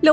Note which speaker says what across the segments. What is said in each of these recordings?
Speaker 1: Lo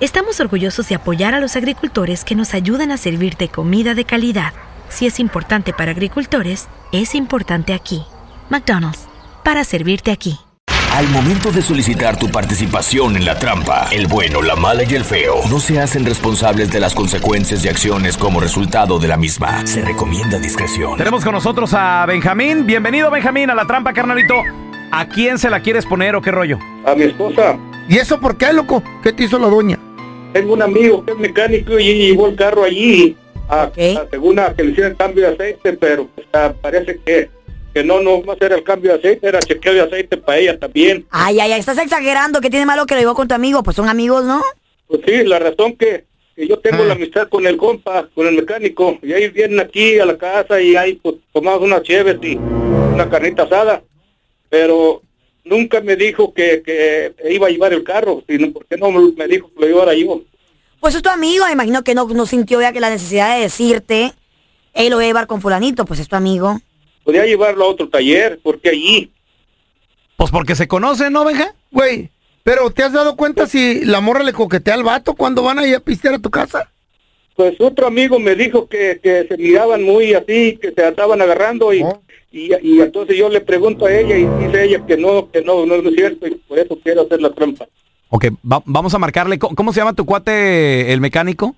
Speaker 2: estamos orgullosos de apoyar a los agricultores que nos ayudan a servirte comida de calidad. Si es importante para agricultores, es importante aquí. McDonald's, para servirte aquí.
Speaker 3: Al momento de solicitar tu participación en la trampa, el bueno, la mala y el feo no se hacen responsables de las consecuencias y acciones como resultado de la misma. Se recomienda discreción.
Speaker 4: Tenemos con nosotros a Benjamín. Bienvenido, Benjamín, a la trampa, carnalito. ¿A quién se la quieres poner o qué rollo?
Speaker 5: a mi esposa.
Speaker 6: ¿Y eso por qué, loco? ¿Qué te hizo la doña?
Speaker 5: Tengo un amigo que es mecánico y llevó el carro allí a, a- según a que le hicieron cambio de aceite, pero o sea, parece que, que no, no más era el cambio de aceite, era chequeo de aceite para ella también.
Speaker 7: Ay, ay, ay, estás exagerando. ¿Qué tiene malo que lo llevó con tu amigo? Pues son amigos, ¿no?
Speaker 5: Pues sí, la razón que, que yo
Speaker 6: Ah.
Speaker 5: tengo la amistad con el compa, con el mecánico, y ahí vienen aquí a la casa y ahí pues tomamos unas cheves y una carnita asada, pero nunca me dijo que, que iba a llevar el carro, sino porque no me dijo que lo llevara yo.
Speaker 7: Pues es tu amigo. Me imagino que no, no sintió ya que la necesidad de decirte, él lo voy a llevar con fulanito, pues es tu amigo.
Speaker 5: Podía llevarlo a otro taller, porque allí
Speaker 4: Pues porque se conocen, ¿no, Benja?
Speaker 6: Güey, pero ¿te has dado cuenta si la morra le coquetea al vato cuando van ahí a pistear a tu casa?
Speaker 5: Pues otro amigo me dijo que, que se miraban muy así, que se estaban agarrando y,
Speaker 6: Oh.
Speaker 5: y, y entonces yo le pregunto a ella y dice ella que no, que no, no es cierto y por eso quiero hacer la trampa.
Speaker 4: Ok, va- vamos a marcarle. ¿Cómo, cómo se llama tu cuate, el mecánico?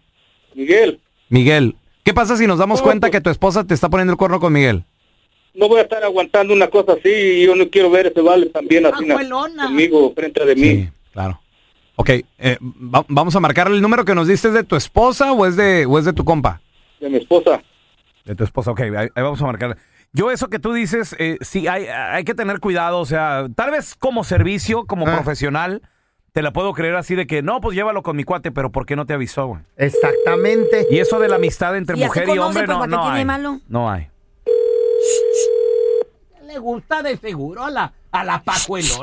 Speaker 5: Miguel,
Speaker 4: Miguel. ¿Qué pasa si nos damos
Speaker 6: Oh,
Speaker 5: No,
Speaker 4: cuenta
Speaker 5: pues-
Speaker 4: que tu esposa te está poniendo el cuerno con Miguel?
Speaker 5: no voy a estar aguantando una cosa así y yo no quiero ver ese vale también así na- conmigo frente de mí.
Speaker 4: claro. Ok, eh, va- vamos a marcarle el número que nos diste es de tu esposa o es de, o es de tu compa.
Speaker 5: De mi esposa,
Speaker 4: De tu esposa, ok, ahí, ahí vamos a marcar. Yo eso que tú dices, eh, sí, hay, hay que tener cuidado, o sea, tal vez como servicio, como
Speaker 6: Ah.
Speaker 4: profesional, te la puedo creer así de que, no, pues llévalo con mi cuate, pero ¿por qué no te avisó, güey?
Speaker 6: Exactamente.
Speaker 4: Y eso de la amistad entre
Speaker 7: Y así
Speaker 4: mujer y
Speaker 7: conoce,
Speaker 4: hombre,
Speaker 7: pues,
Speaker 4: no,
Speaker 7: ¿para qué
Speaker 4: no
Speaker 7: tiene
Speaker 4: hay.
Speaker 7: malo?
Speaker 4: No hay.
Speaker 8: le gusta de seguro a la, a la pajuelona,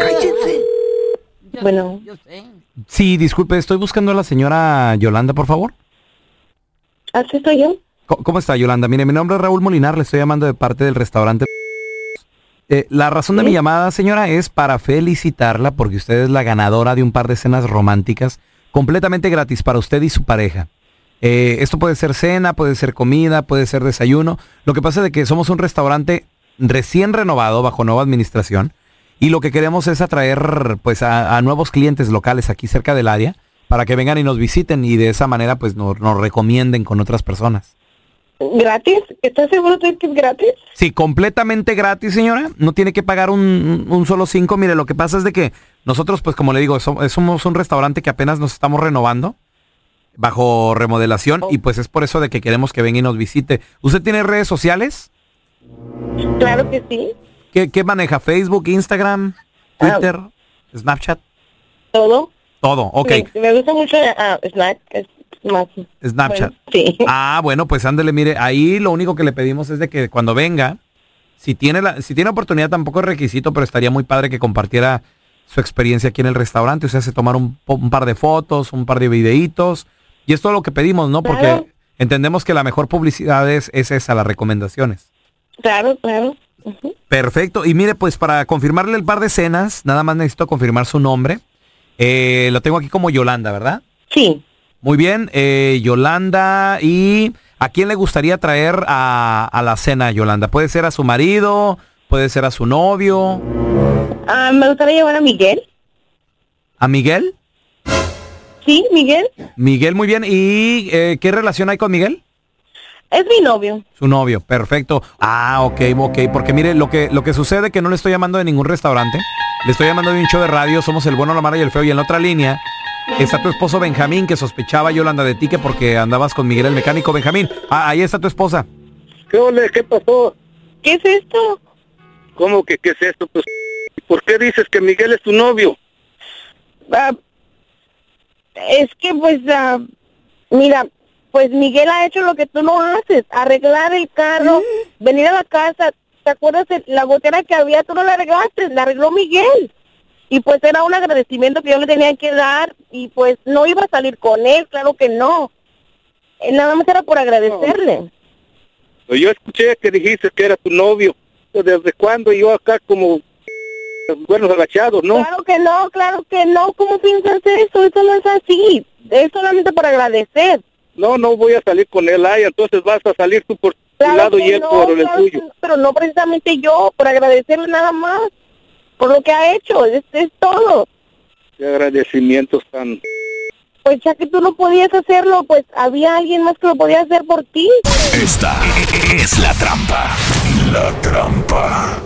Speaker 8: ¿verdad? Yo-
Speaker 9: Bueno.
Speaker 8: Yo sé.
Speaker 4: Sí, disculpe, estoy buscando a la señora Yolanda, por favor.
Speaker 9: ¿Así soy yo?
Speaker 4: Co- ¿Cómo está, Yolanda? Mire, mi nombre es Raúl Molinar, le estoy llamando de parte del restaurante. Eh, la razón de mi llamada, señora, es para felicitarla porque usted es la ganadora de un par de cenas románticas completamente gratis para usted y su pareja. Eh, esto puede ser cena, puede ser comida, puede ser desayuno. Lo que pasa es de que somos un restaurante recién renovado bajo nueva administración y lo que queremos es atraer pues a, a nuevos clientes locales aquí cerca del área para que vengan y nos visiten y de esa manera pues nos- nos recomienden con otras personas.
Speaker 9: ¿Gratis? ¿Estás seguro de que es gratis?
Speaker 4: Sí, completamente gratis, señora. No tiene que pagar un, un solo cinco. Mire, lo que pasa es de que nosotros, pues como le digo, so- somos un restaurante que apenas nos estamos renovando bajo remodelación y pues es por eso de que queremos que venga y nos visite. ¿Usted tiene redes sociales?
Speaker 9: Claro que sí.
Speaker 4: ¿Qué, qué maneja? ¿Facebook, Instagram, Twitter, Snapchat?
Speaker 9: Todo.
Speaker 4: Todo, ok.
Speaker 9: Me, me gusta mucho ah, Snack. Es más.
Speaker 4: Snapchat.
Speaker 9: bueno, sí.
Speaker 4: Ah, bueno, pues ándele, mire, ahí lo único que le pedimos es de que cuando venga, si tiene la, si tiene oportunidad, tampoco es requisito, pero estaría muy padre que compartiera su experiencia aquí en el restaurante. O sea, se tomaron un, po- un par de fotos, un par de videitos, Y es todo lo que pedimos, ¿no? Porque
Speaker 9: Claro.
Speaker 4: entendemos que la mejor publicidad es, es esa, las recomendaciones.
Speaker 9: Claro, claro. Ujú.
Speaker 4: Perfecto. Y mire, pues para confirmarle el par de cenas, nada más necesito confirmar su nombre. Eh, lo tengo aquí como Yolanda, ¿verdad?
Speaker 9: Sí.
Speaker 4: Muy bien, eh, Yolanda. ¿Y a quién le gustaría traer a, a la cena, Yolanda? Puede ser a su marido, puede ser a su novio,
Speaker 9: Ah, me gustaría llevar a Miguel.
Speaker 4: a Miguel.
Speaker 9: Sí, Miguel.
Speaker 4: Miguel, muy bien. ¿Y eh, qué relación hay con Miguel?
Speaker 9: Es mi novio.
Speaker 4: Su novio, perfecto. Ah, ok, ok, porque mire, lo que, lo que sucede que no le estoy llamando de ningún restaurante, le estoy llamando de un show de radio, somos el bueno, la mala y el feo, y en la otra línea está tu esposo Benjamín, que sospechaba Yolanda de ti que porque andabas con Miguel el mecánico Benjamín. Ah, ahí está tu esposa.
Speaker 5: ¿Qué ole? ¿Qué pasó?
Speaker 9: ¿Qué es esto?
Speaker 5: ¿Cómo que qué es esto? Pues, ¿por qué dices que Miguel es tu novio?
Speaker 9: Ah, es que pues, ah, mira, pues Miguel ha hecho lo que tú no haces, arreglar el carro, venir a la casa. ¿Te acuerdas de la gotera que había? Tú no la arreglaste, la arregló Miguel. Y pues era un agradecimiento que yo le tenía que dar y pues no iba a salir con él, claro que no. Eh, Nada más era por agradecerle.
Speaker 5: Pues yo escuché que dijiste que era tu novio. Pues, ¿Desde cuándo yo acá como buenos agachados, no?
Speaker 9: Claro que no, claro que no. ¿Cómo piensas eso? Eso no es así. Es solamente por agradecer.
Speaker 5: No, no voy a salir con él. Ay, entonces vas a salir tú por tu
Speaker 9: Claro
Speaker 5: lado
Speaker 9: que
Speaker 5: y él
Speaker 9: no,
Speaker 5: por el
Speaker 9: claro que
Speaker 5: tuyo.
Speaker 9: no, pero no precisamente yo, por agradecerle nada más por lo que ha hecho, es, es todo.
Speaker 5: Qué agradecimientos tan...
Speaker 9: Pues ya que tú no podías hacerlo, pues había alguien más que lo podía hacer por ti.
Speaker 3: Esta es la trampa. La trampa.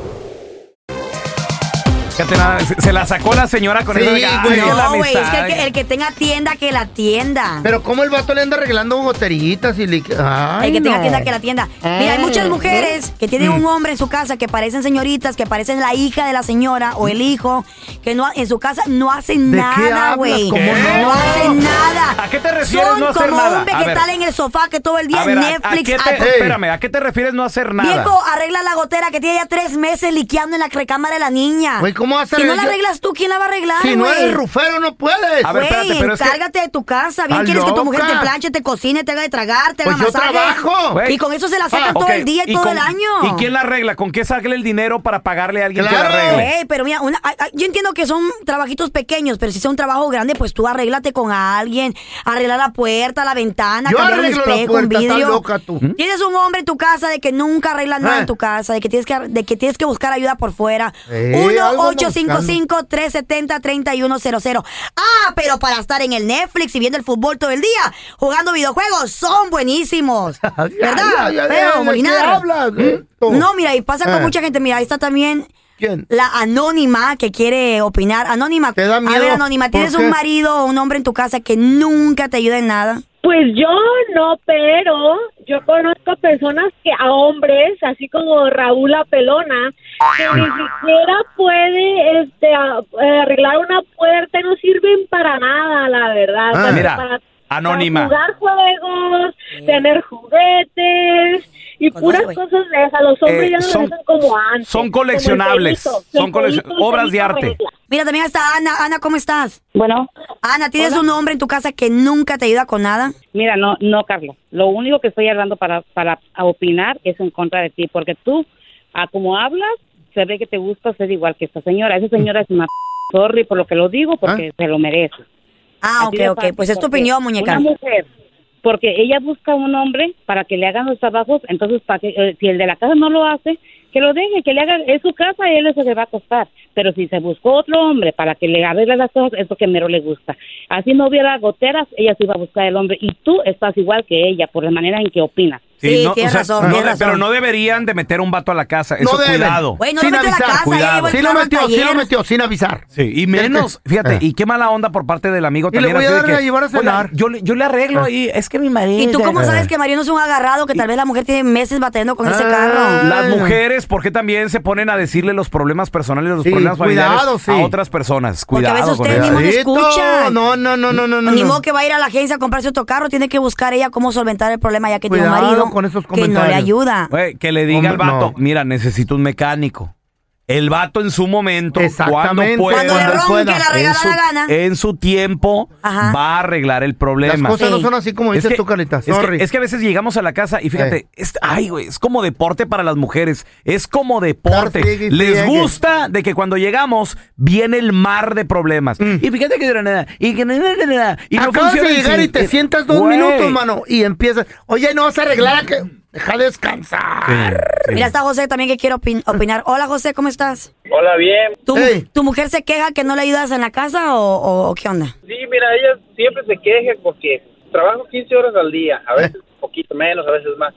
Speaker 4: Fíjate nada, se, se la sacó la señora con
Speaker 6: Sí,
Speaker 4: eso de que, ay,
Speaker 6: güey,
Speaker 4: la
Speaker 7: No, güey, es que
Speaker 4: amistad.
Speaker 7: el, que el que tenga tienda, que la tienda.
Speaker 6: Pero cómo el vato le anda arreglando goteritas y le... Ay,
Speaker 7: el que tenga
Speaker 6: no.
Speaker 7: tienda, que la tienda. Mira, hay
Speaker 4: Ah.
Speaker 7: muchas mujeres que tienen un hombre en su casa que parecen señoritas, que parecen la hija de la señora o el hijo, que no en su casa no hacen
Speaker 6: ¿De qué
Speaker 7: nada,
Speaker 6: hablas?
Speaker 7: güey.
Speaker 6: ¿Cómo no?
Speaker 7: No hacen nada.
Speaker 4: ¿A qué te refieres
Speaker 7: Son
Speaker 4: no hacer
Speaker 7: como
Speaker 4: nada?
Speaker 7: un
Speaker 4: A ver.
Speaker 7: vegetal en el sofá que todo el día
Speaker 4: A ver, ¿a- a
Speaker 7: Netflix.
Speaker 4: qué te-
Speaker 7: a-
Speaker 4: espérame, ¿a qué te refieres no hacer nada?
Speaker 7: Viejo, arregla la gotera que tiene ya tres meses liqueando en la recámara de la niña.
Speaker 6: Güey, ¿cómo vas a
Speaker 7: Si no la
Speaker 6: arreglar-
Speaker 7: arreglar? arreglas tú, ¿quién la va a arreglar,
Speaker 6: Si no
Speaker 7: güey?
Speaker 6: eres rufero, no puedes.
Speaker 4: A ver,
Speaker 7: Güey,
Speaker 4: espérate, pero es que-
Speaker 7: cárgate de tu casa. Bien
Speaker 6: ¿Estás
Speaker 7: quieres que tu mujer te
Speaker 6: loca?
Speaker 7: planche, te cocine, te haga de tragar, te haga
Speaker 6: Pues yo
Speaker 7: masajes.
Speaker 6: trabajo.
Speaker 4: Güey.
Speaker 7: Y con eso se la sacan
Speaker 4: Ah,
Speaker 7: todo
Speaker 4: ok,
Speaker 7: el día y,
Speaker 4: ¿y
Speaker 7: todo
Speaker 4: con-
Speaker 7: el año.
Speaker 4: ¿Y quién la arregla? ¿Con qué saca el dinero para pagarle a alguien que
Speaker 6: Claro.
Speaker 4: la arregle?
Speaker 7: Güey, pero mira, una- ay, ay, yo entiendo que son trabajitos pequeños, pero si es un trabajo grande, pues tú arréglate con alguien, arregla la puerta, la ventana,
Speaker 6: Yo
Speaker 7: cambiar un
Speaker 6: arreglo la
Speaker 7: espejo, un
Speaker 6: puerta, estás
Speaker 7: vidrio.
Speaker 6: loca tú.
Speaker 7: Tienes un hombre en tu casa de que nunca arregla nada
Speaker 6: Ah.
Speaker 7: en tu casa, de que tienes que, de que, tienes que buscar ayuda por fuera.
Speaker 6: Eh, algo ando
Speaker 7: 1-855-370-3100. Ah, pero para estar en el Netflix y viendo el fútbol todo el día, jugando videojuegos, son buenísimos. ¿Verdad?
Speaker 6: Ay, ay, ay,
Speaker 7: Feo,
Speaker 6: ¿de qué
Speaker 7: Molinar.
Speaker 6: hablas,
Speaker 4: ¿Mm?
Speaker 6: güey?
Speaker 7: No, mira, y pasa con
Speaker 6: Eh.
Speaker 7: mucha gente. Mira, ahí está también
Speaker 6: ¿Quién?
Speaker 7: la anónima que quiere opinar. Anónima,
Speaker 6: Te da
Speaker 7: a
Speaker 6: miedo.
Speaker 7: ver, anónima,
Speaker 6: ¿Por
Speaker 7: ¿tienes
Speaker 6: qué?
Speaker 7: un marido o un hombre en tu casa que nunca te ayuda en nada?
Speaker 9: Pues yo no, pero yo conozco personas que a hombres, así como Raúl La Pelona, que ni siquiera puede este, a- eh, arreglar una puerta, no sirven para nada, la verdad.
Speaker 6: Ah,
Speaker 9: Tanto
Speaker 4: mira,
Speaker 9: para-
Speaker 4: anónima.
Speaker 9: para jugar juegos, tener juguetes y
Speaker 7: Conoce,
Speaker 9: puras
Speaker 7: güey.
Speaker 9: cosas de esas. Los hombres
Speaker 4: Eh,
Speaker 9: ya no
Speaker 4: son-
Speaker 9: regresan como antes.
Speaker 4: son
Speaker 9: como el
Speaker 4: coleccionables,
Speaker 9: pelito,
Speaker 4: son
Speaker 9: el
Speaker 4: colec-
Speaker 9: pelito, el
Speaker 4: obras de
Speaker 9: pelito
Speaker 4: arte.
Speaker 9: arregla.
Speaker 7: Mira, también está Ana. Ana, ¿cómo estás?
Speaker 10: Bueno,
Speaker 7: Ana, ¿tienes un hombre en tu casa que nunca te ayuda con nada?
Speaker 10: mira, no, no, Carlos. Lo único que estoy hablando para, para opinar es en contra de ti, porque tú, a como hablas, se ve que te gusta ser igual que esta señora. Esa señora es una p- sorry por lo que lo digo, porque se lo merece.
Speaker 7: Ah,
Speaker 10: Así
Speaker 7: ok,
Speaker 10: de
Speaker 7: ok.
Speaker 10: fácil,
Speaker 7: Pues es tu
Speaker 10: porque
Speaker 7: opinión, muñeca.
Speaker 10: Una mujer, porque ella busca un hombre para que le hagan los trabajos, entonces para que, eh, si el de la casa no lo hace, que lo deje, que le haga, es su casa y él eso le va a costar. Pero si se buscó otro hombre para que le arregle las cosas, es porque mero le gusta. Así no hubiera goteras, ella se iba a buscar el hombre. Y tú estás igual que ella, por la manera en que opinas.
Speaker 7: Sí, tienes razón,
Speaker 4: no
Speaker 7: tienes
Speaker 4: de-
Speaker 7: razón.
Speaker 4: Pero no deberían de meter un vato a la casa. Eso,
Speaker 6: No deben.
Speaker 4: cuidado.
Speaker 7: Güey, no
Speaker 6: Sin
Speaker 7: lo metió a la
Speaker 6: avisar,
Speaker 7: casa, ya
Speaker 4: cuidado.
Speaker 7: llevó el
Speaker 6: Sí lo
Speaker 7: carro al
Speaker 6: metió, sí lo
Speaker 7: taller.
Speaker 6: metió, sin avisar.
Speaker 4: Sí, y menos, fíjate,
Speaker 6: Ah.
Speaker 4: y qué mala onda por parte del amigo
Speaker 6: Y le
Speaker 4: también.
Speaker 6: voy a
Speaker 4: así de
Speaker 6: darle
Speaker 4: que,
Speaker 6: a llevar a
Speaker 4: "Oiga,
Speaker 6: cenar".
Speaker 4: Yo, le- yo le
Speaker 6: Ah.
Speaker 4: arreglo ahí, es que mi marido...
Speaker 7: ¿Y tú cómo
Speaker 4: Eh.
Speaker 7: sabes que Mario no es un agarrado? Que tal vez la mujer tiene meses batallando con ese
Speaker 6: Ah.
Speaker 7: carro.
Speaker 4: Las
Speaker 6: Ay, no.
Speaker 4: mujeres, ¿por qué también se ponen a decirle los problemas personales, los
Speaker 6: Sí,
Speaker 4: problemas familiares
Speaker 6: cuidado, sí.
Speaker 4: a otras personas?
Speaker 7: Porque a
Speaker 4: Cuidado
Speaker 7: veces
Speaker 4: con
Speaker 7: ustedes
Speaker 4: eso.
Speaker 7: mismos- no
Speaker 6: Tito,
Speaker 7: escucha.
Speaker 6: No, no, no, no, no, no.
Speaker 7: Ni
Speaker 6: no.
Speaker 7: modo que va a ir a la agencia a comprarse otro carro. Tiene que buscar ella cómo solventar el problema ya que tiene un
Speaker 6: Cuidado
Speaker 7: marido
Speaker 6: con esos
Speaker 7: que no le
Speaker 6: comentarios.
Speaker 7: ayuda.
Speaker 4: Güey, que le diga
Speaker 6: Hombre,
Speaker 4: al vato,
Speaker 6: no.
Speaker 4: mira, necesito un mecánico. El vato en su momento, cuando
Speaker 5: Exactamente.
Speaker 4: pueda,
Speaker 5: Cuando le ronque la
Speaker 4: en,
Speaker 5: regalada
Speaker 4: su,
Speaker 5: gana.
Speaker 4: en su tiempo,
Speaker 5: Ajá.
Speaker 4: va a arreglar el problema.
Speaker 5: Las cosas no son así como
Speaker 4: Es
Speaker 5: dices
Speaker 4: que-
Speaker 5: tú, Carlita.
Speaker 4: es que-
Speaker 5: Sorry.
Speaker 4: Es que, a veces llegamos a la casa y fíjate,
Speaker 5: Eh.
Speaker 4: es, ay, güey, es como deporte para las mujeres. Es como deporte.
Speaker 5: Estar friegue y
Speaker 4: Les
Speaker 5: friegue.
Speaker 4: gusta de que cuando llegamos viene el mar de problemas. Y fíjate que no era nada. Y que no era nada. Y no
Speaker 5: Mm. Acabas de
Speaker 4: funciona el
Speaker 5: llegar y
Speaker 4: sin-
Speaker 5: te
Speaker 4: eh,
Speaker 5: sientas dos
Speaker 4: güey.
Speaker 5: minutos, mano, y empiezas. Oye, no vas a arreglar. Que... Deja descansar.
Speaker 7: Mira, está José también que quiero opin- opinar. Hola, José, ¿cómo estás?
Speaker 11: Hola, bien.
Speaker 7: ¿Tu, tu mujer se queja que no le ayudas en la casa o, o- o qué onda?
Speaker 11: Sí, mira, ella siempre se queja porque trabajo 15 horas al día, a veces un poquito menos, a veces más.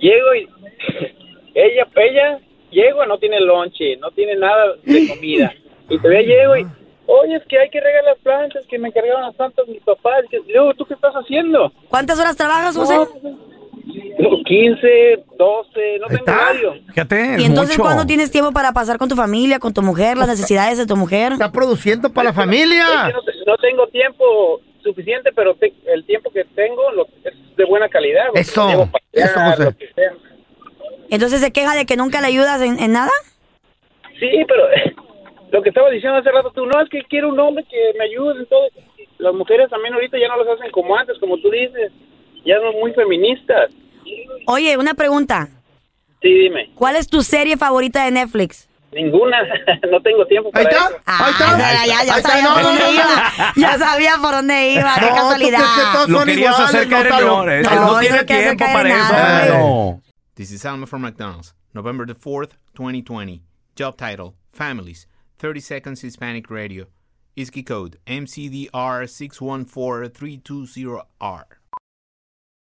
Speaker 11: Llego y ella, ella, llego y no tiene lonche, no tiene nada de comida. Y todavía llego y, oye, es que hay que regar las plantas que me encargaron las plantas mis papás. Que, luego, ¿tú qué estás haciendo? pues,
Speaker 7: ¿Cuántas horas trabajas, José?
Speaker 11: Como 15, 12, no tengo horario.
Speaker 4: Fíjate,
Speaker 7: ¿Y entonces cuándo tienes tiempo para pasar con tu familia, con tu mujer, las necesidades de tu mujer? Está
Speaker 5: produciendo para la
Speaker 11: Es que No, te- no tengo tiempo suficiente, pero te- el tiempo que tengo lo- es de buena calidad. porque
Speaker 5: Eso,
Speaker 11: llevo para
Speaker 5: eso,
Speaker 11: allá,
Speaker 5: José.
Speaker 11: lo que sea.
Speaker 7: Entonces se queja de que nunca le ayudas en, en nada.
Speaker 11: Sí, pero lo que estaba diciendo hace rato tú, no, es que quiero un hombre que me ayude. Entonces, las mujeres también ahorita ya no las hacen como antes, como tú dices. Ya son muy feministas.
Speaker 7: Oye, una pregunta.
Speaker 11: Sí, dime.
Speaker 7: ¿Cuál es tu serie favorita de Netflix?
Speaker 11: Ninguna. no tengo tiempo para eso.
Speaker 7: Ah, ya, ya, ya sabía por dónde iba. Ya sabía por dónde iba, de
Speaker 11: No, tú
Speaker 7: casualidad.
Speaker 11: crees que todos
Speaker 4: Lo querías hacer caer en oro, ¿eh? Él no tiene
Speaker 7: que hacer
Speaker 4: tiempo
Speaker 7: caer
Speaker 4: para
Speaker 7: en
Speaker 4: eso,
Speaker 7: nada,
Speaker 4: mano.
Speaker 12: This is Alma from McDonald's, November the 4th, 2020. Job title Families, 30 Seconds Hispanic Radio. ISKI code MCDR614320R.